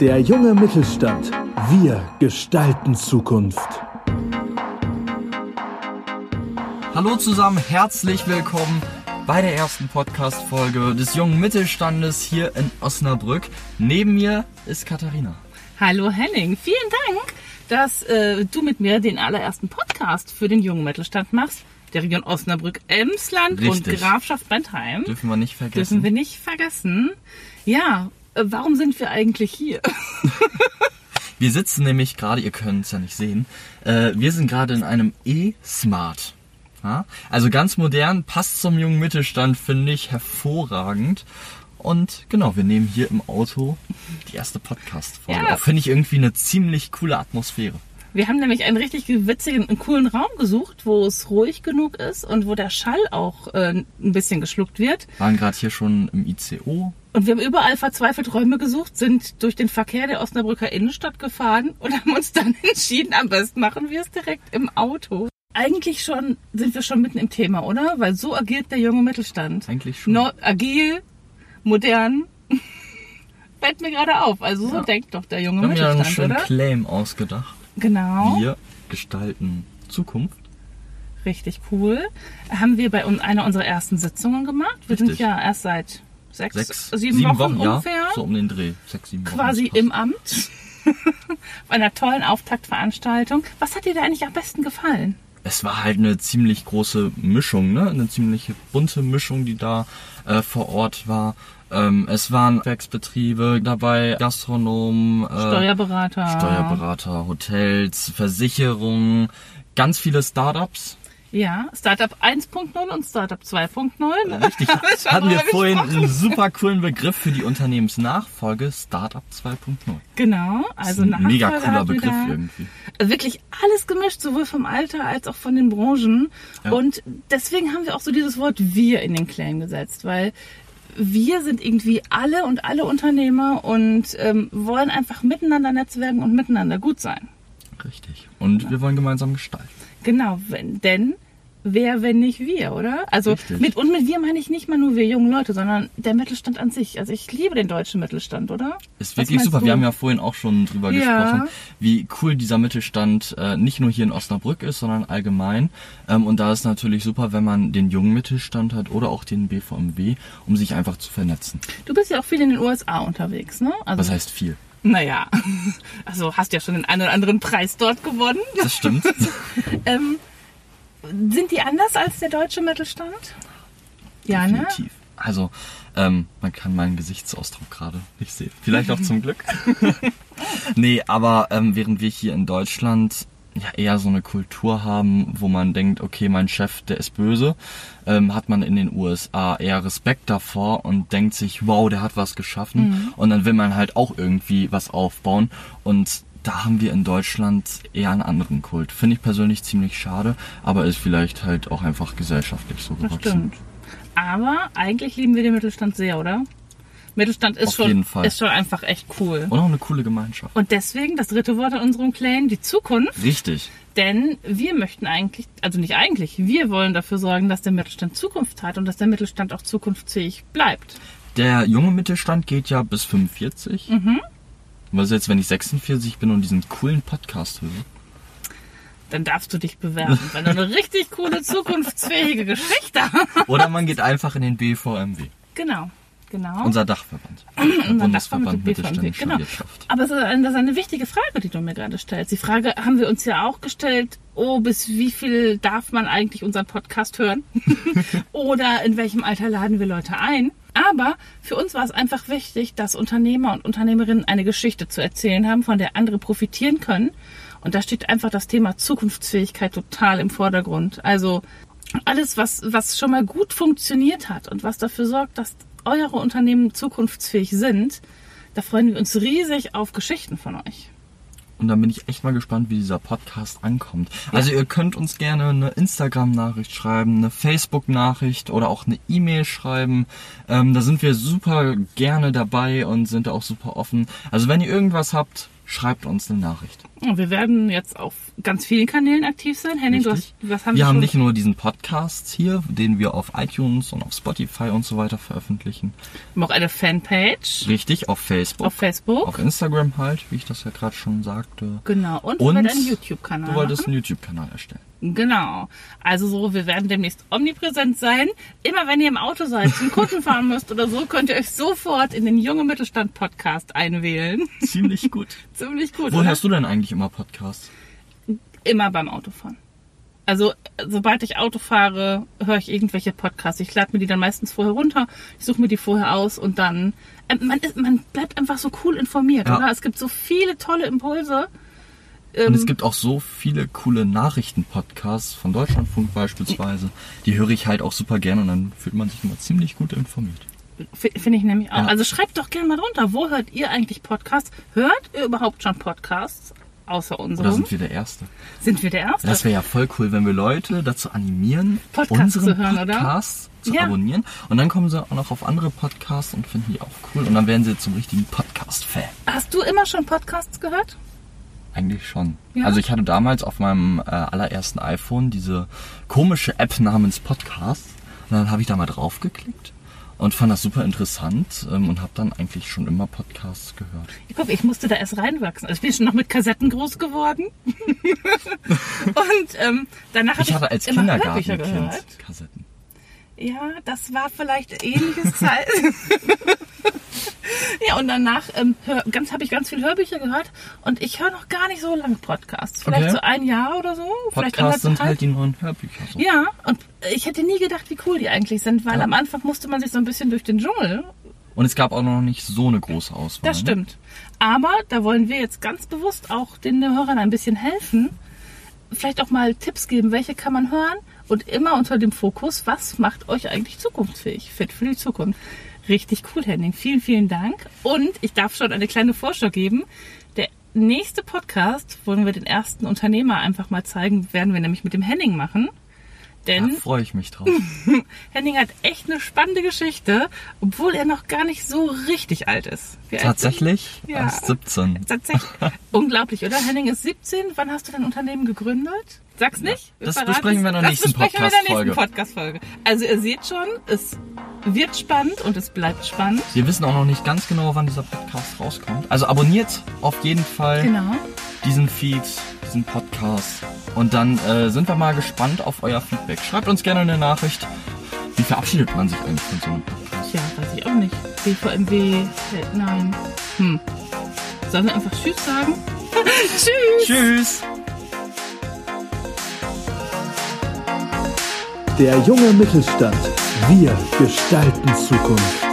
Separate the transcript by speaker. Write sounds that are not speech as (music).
Speaker 1: Der junge Mittelstand. Wir gestalten Zukunft.
Speaker 2: Hallo zusammen, herzlich willkommen bei der ersten Podcast-Folge des jungen Mittelstandes hier in Osnabrück. Neben mir ist Katharina.
Speaker 3: Hallo Henning, vielen Dank, dass äh, du mit mir den allerersten Podcast für den jungen Mittelstand machst. Der Region Osnabrück, Emsland und
Speaker 2: Richtig.
Speaker 3: Grafschaft Bentheim.
Speaker 2: Dürfen wir nicht vergessen.
Speaker 3: Dürfen wir nicht vergessen. Ja, äh, warum sind wir eigentlich hier? (laughs)
Speaker 2: Wir sitzen nämlich gerade, ihr könnt es ja nicht sehen, äh, wir sind gerade in einem E-Smart. Ja? Also ganz modern, passt zum jungen Mittelstand, finde ich hervorragend. Und genau, wir nehmen hier im Auto die erste Podcast-Folge.
Speaker 3: Ja.
Speaker 2: auf. Finde ich irgendwie eine ziemlich coole Atmosphäre.
Speaker 3: Wir haben nämlich einen richtig witzigen und coolen Raum gesucht, wo es ruhig genug ist und wo der Schall auch äh, ein bisschen geschluckt wird.
Speaker 2: Waren gerade hier schon im ICO.
Speaker 3: Und wir haben überall verzweifelt Räume gesucht, sind durch den Verkehr der Osnabrücker Innenstadt gefahren und haben uns dann (laughs) entschieden, am besten machen wir es direkt im Auto. Eigentlich schon sind wir schon mitten im Thema, oder? Weil so agiert der junge Mittelstand.
Speaker 2: Eigentlich schon.
Speaker 3: No, agil, modern. (laughs) Fällt mir gerade auf. Also so denkt doch der junge
Speaker 2: Wir haben ja einen
Speaker 3: Mittelstand,
Speaker 2: schönen
Speaker 3: oder?
Speaker 2: Claim ausgedacht.
Speaker 3: Genau.
Speaker 2: Wir gestalten Zukunft.
Speaker 3: Richtig cool. Haben wir bei un- einer unserer ersten Sitzungen gemacht. Wir sind
Speaker 2: Richtig.
Speaker 3: ja erst seit sechs,
Speaker 2: Sechs,
Speaker 3: sieben, Wochen, ungefähr.
Speaker 2: ja. So um den Dreh. Sechs, sieben Wochen.
Speaker 3: quasi
Speaker 2: das passt.
Speaker 3: im Amt (laughs) bei einer tollen Auftaktveranstaltung. Was hat dir da eigentlich am besten gefallen?
Speaker 2: es war halt eine ziemlich große Mischung, ne? eine ziemlich bunte Mischung, die da äh, vor Ort war. Ähm, es waren Werksbetriebe dabei, Gastronomen, äh,
Speaker 3: Steuerberater.
Speaker 2: Steuerberater, Hotels, Versicherungen, ganz viele Startups.
Speaker 3: Ja, Startup 1.0 und Startup 2.0. (laughs)
Speaker 2: Richtig, hatten wir vorhin einen super coolen Begriff für die Unternehmensnachfolge, Startup 2.0.
Speaker 3: Genau, also
Speaker 2: ein mega
Speaker 3: Nachfolger
Speaker 2: cooler
Speaker 3: hatten wir
Speaker 2: Begriff
Speaker 3: da.
Speaker 2: irgendwie.
Speaker 3: Wirklich alles gemischt, sowohl vom Alter als auch von den Branchen.
Speaker 2: Ja.
Speaker 3: Und deswegen haben wir auch so dieses Wort wir in den Claim gesetzt, weil wir sind irgendwie alle und alle Unternehmer und ähm, wollen einfach miteinander netzwerken und miteinander gut sein.
Speaker 2: Richtig. Und wir wollen gemeinsam gestalten.
Speaker 3: Genau, wenn, denn wer, wenn nicht wir, oder? Also
Speaker 2: Richtig.
Speaker 3: mit und mit wir meine ich nicht mal nur wir jungen Leute, sondern der Mittelstand an sich. Also ich liebe den deutschen Mittelstand, oder?
Speaker 2: Ist
Speaker 3: Was
Speaker 2: wirklich
Speaker 3: meinst
Speaker 2: super.
Speaker 3: du?
Speaker 2: Wir haben ja vorhin auch schon drüber
Speaker 3: Ja.
Speaker 2: gesprochen, wie cool dieser Mittelstand äh, nicht nur hier in Osnabrück ist, sondern allgemein. Ähm, und da ist natürlich super, wenn man den jungen Mittelstand hat oder auch den BVMW, um sich einfach zu vernetzen.
Speaker 3: Du bist ja auch viel in den USA unterwegs, ne? Also,
Speaker 2: Was heißt viel?
Speaker 3: Naja, (laughs) also hast ja schon den einen oder anderen Preis dort gewonnen.
Speaker 2: Das
Speaker 3: (laughs)
Speaker 2: stimmt.
Speaker 3: Ähm, sind die anders als der deutsche Mittelstand? Ja, ne?
Speaker 2: Definitiv. Also, ähm, man kann meinen Gesichtsausdruck gerade nicht sehen. Vielleicht auch zum
Speaker 3: (laughs)
Speaker 2: Glück. nee, aber ähm, während wir hier in Deutschland ja eher so eine Kultur haben, wo man denkt, okay, mein Chef, der ist böse, ähm, hat man in den USA eher Respekt davor und denkt sich, wow, der hat was geschaffen.
Speaker 3: Mhm.
Speaker 2: Und dann will man halt auch irgendwie was aufbauen. Und da haben wir in Deutschland eher einen anderen Kult. Finde ich persönlich ziemlich schade, aber ist vielleicht halt auch einfach gesellschaftlich so
Speaker 3: Das
Speaker 2: gewachsen.
Speaker 3: stimmt. Aber eigentlich lieben wir den Mittelstand sehr, oder? Mittelstand ist,
Speaker 2: Auf
Speaker 3: schon,
Speaker 2: jeden Fall.
Speaker 3: ist schon einfach echt cool.
Speaker 2: Und auch eine coole Gemeinschaft.
Speaker 3: Und deswegen das dritte Wort in unserem Claim, die Zukunft.
Speaker 2: Richtig.
Speaker 3: Denn wir möchten eigentlich, also nicht eigentlich, wir wollen dafür sorgen, dass der Mittelstand Zukunft hat und dass der Mittelstand auch zukunftsfähig bleibt.
Speaker 2: Der junge Mittelstand geht ja bis 45.
Speaker 3: Mhm.
Speaker 2: Was ist jetzt, wenn ich 46 bin und diesen coolen Podcast höre?
Speaker 3: Dann darfst du dich bewerben, weil
Speaker 2: (laughs)
Speaker 3: du eine richtig coole, zukunftsfähige Geschichte (laughs) hast.
Speaker 2: Oder man geht einfach in den BVMW,
Speaker 3: Genau, genau.
Speaker 2: unser
Speaker 3: (clears throat)
Speaker 2: Dachverband. Äh,
Speaker 3: Dachverband
Speaker 2: Bundesverband
Speaker 3: mit BVMW,
Speaker 2: Mittelständischer
Speaker 3: genau.
Speaker 2: Wirtschaft.
Speaker 3: Aber es ist eine, das ist eine wichtige Frage, die du mir gerade stellst. Die Frage haben wir uns ja auch gestellt, oh, bis wie viel darf man eigentlich unseren Podcast hören? Oder in welchem Alter laden wir Leute ein? Aber für uns war es einfach wichtig, dass Unternehmer und Unternehmerinnen eine Geschichte zu erzählen haben, von der andere profitieren können. Und da steht einfach das Thema Zukunftsfähigkeit total im Vordergrund. Also alles, was, was schon mal gut funktioniert hat und was dafür sorgt, dass eure Unternehmen zukunftsfähig sind, da freuen wir uns riesig auf Geschichten von euch.
Speaker 2: Und dann bin ich echt mal gespannt, wie dieser Podcast ankommt. Also ihr könnt uns gerne eine Instagram-Nachricht schreiben, eine Facebook-Nachricht oder auch eine E-Mail schreiben. Ähm, da sind wir super gerne dabei und sind da auch super offen. Also wenn ihr irgendwas habt, schreibt uns eine Nachricht.
Speaker 3: Und Wir werden jetzt auf ganz vielen Kanälen aktiv sein. Henning, du hast,
Speaker 2: Richtig.
Speaker 3: was haben
Speaker 2: wir
Speaker 3: wir
Speaker 2: haben
Speaker 3: schon?
Speaker 2: nicht nur diesen Podcast hier, den wir auf iTunes und auf Spotify und so weiter veröffentlichen.
Speaker 3: Wir haben auch eine Fanpage
Speaker 2: Richtig, auf Facebook.
Speaker 3: auf Facebook.
Speaker 2: Auf Instagram halt, wie ich das ja gerade schon sagte.
Speaker 3: genau. Und,
Speaker 2: Und
Speaker 3: wir werden einen
Speaker 2: Du
Speaker 3: YouTube-Kanal
Speaker 2: wolltest
Speaker 3: machen.
Speaker 2: einen YouTube-Kanal erstellen.
Speaker 3: Genau. Also so, wir werden demnächst omnipräsent sein. Immer wenn ihr im Auto seid, zum Kunden fahren müsst oder so, könnt ihr euch sofort in den Junge Mittelstand Podcast einwählen. (laughs)
Speaker 2: Ziemlich gut.
Speaker 3: Ziemlich gut.
Speaker 2: Wo
Speaker 3: oder?
Speaker 2: hörst du denn eigentlich immer Podcasts?
Speaker 3: Immer beim Autofahren. Also, sobald ich Auto fahre, höre ich irgendwelche Podcasts. Ich lade mir die dann meistens vorher runter, ich suche mir die vorher aus und dann. ähm, Man, ist, man bleibt einfach so cool informiert,
Speaker 2: Ja.
Speaker 3: oder? Es gibt so viele tolle Impulse. Ähm,
Speaker 2: Und es gibt auch so viele coole Nachrichten-Podcasts von Deutschlandfunk beispielsweise. Die höre ich halt auch super gerne und dann fühlt man sich immer ziemlich gut informiert.
Speaker 3: F- Finde ich nämlich auch.
Speaker 2: Ja.
Speaker 3: Also schreibt doch gerne mal drunter, wo hört ihr eigentlich Podcasts? Hört ihr überhaupt schon Podcasts? Außer
Speaker 2: Oder
Speaker 3: unserem.
Speaker 2: sind wir der Erste?
Speaker 3: Sind wir der Erste?
Speaker 2: Das wäre ja voll cool, wenn wir Leute dazu animieren,
Speaker 3: Podcasts
Speaker 2: unseren
Speaker 3: zu hören, oder?
Speaker 2: Podcast zu
Speaker 3: Ja.
Speaker 2: abonnieren. Und dann kommen sie auch noch auf andere Podcasts und finden die auch cool. Und dann werden sie zum richtigen Podcast-Fan.
Speaker 3: Hast du immer schon Podcasts gehört?
Speaker 2: Eigentlich schon.
Speaker 3: Ja?
Speaker 2: Also ich hatte damals auf meinem äh, allerersten iPhone diese komische App namens Podcast. Und dann habe ich da mal drauf geklickt und fand das super interessant ähm, und habe dann eigentlich schon immer Podcasts gehört.
Speaker 3: Guck, ich musste da erst reinwachsen. Also ich bin schon noch mit Kassetten groß geworden.
Speaker 2: (laughs)
Speaker 3: Und ähm, danach habe
Speaker 2: Ich
Speaker 3: ich
Speaker 2: hatte als
Speaker 3: immer Hörbücher
Speaker 2: Kindergartenkind
Speaker 3: gehört.
Speaker 2: Kassetten.
Speaker 3: Ja, das war vielleicht ähnliches
Speaker 2: (laughs)
Speaker 3: Zeit. (laughs) ja, und danach ähm, hör, ganz habe ich ganz viel Hörbücher gehört und ich höre noch gar nicht so lange Podcasts. Vielleicht
Speaker 2: Okay.
Speaker 3: so ein Jahr oder so. vielleicht
Speaker 2: Podcasts sind
Speaker 3: anderthalb.
Speaker 2: halt die neuen Hörbücher. So.
Speaker 3: Ja, und ich hätte nie gedacht, wie cool die eigentlich sind, weil
Speaker 2: Ja.
Speaker 3: am Anfang musste man sich so ein bisschen durch den Dschungel.
Speaker 2: Und es gab auch noch nicht so eine große Auswahl.
Speaker 3: Das
Speaker 2: ne?
Speaker 3: stimmt. Aber da wollen wir jetzt ganz bewusst auch den Hörern ein bisschen helfen. Vielleicht auch mal Tipps geben, welche kann man hören und immer unter dem Fokus, was macht euch eigentlich zukunftsfähig, fit für die Zukunft. Richtig cool, Henning. Vielen, vielen Dank. Und ich darf schon eine kleine Vorschau geben. Der nächste Podcast, wollen wir den ersten Unternehmer einfach mal zeigen, werden wir nämlich mit dem Henning machen. Denn
Speaker 2: Da freue ich mich
Speaker 3: (laughs)
Speaker 2: drauf.
Speaker 3: Henning hat echt eine spannende Geschichte, obwohl er noch gar nicht so richtig alt ist. Wie alt
Speaker 2: Tatsächlich
Speaker 3: Ja.
Speaker 2: erst 17.
Speaker 3: ist
Speaker 2: (laughs)
Speaker 3: er? Tatsächlich. Unglaublich, oder? Henning ist 17. Wann hast du dein Unternehmen gegründet? Sag's nicht.
Speaker 2: das
Speaker 3: verraten's.
Speaker 2: besprechen wir in der
Speaker 3: das
Speaker 2: nächsten
Speaker 3: besprechen wir in der nächsten
Speaker 2: Podcast-Folge.
Speaker 3: Podcast-Folge. Also ihr seht schon, es wird spannend und es bleibt spannend.
Speaker 2: Wir wissen auch noch nicht ganz genau, wann dieser Podcast rauskommt. Also abonniert auf jeden Fall
Speaker 3: Genau.
Speaker 2: diesen Feed, diesen Podcast. Und dann äh, sind wir mal gespannt auf euer Feedback. Schreibt uns gerne eine Nachricht. Wie verabschiedet man sich eigentlich von so einem Podcast?
Speaker 3: Tja, weiß ich auch nicht. BVMW, äh, nein. Hm. Sollen wir einfach Tschüss sagen? (laughs) Tschüss.
Speaker 2: Tschüss!
Speaker 1: Der junge Mittelstand. Wir gestalten Zukunft.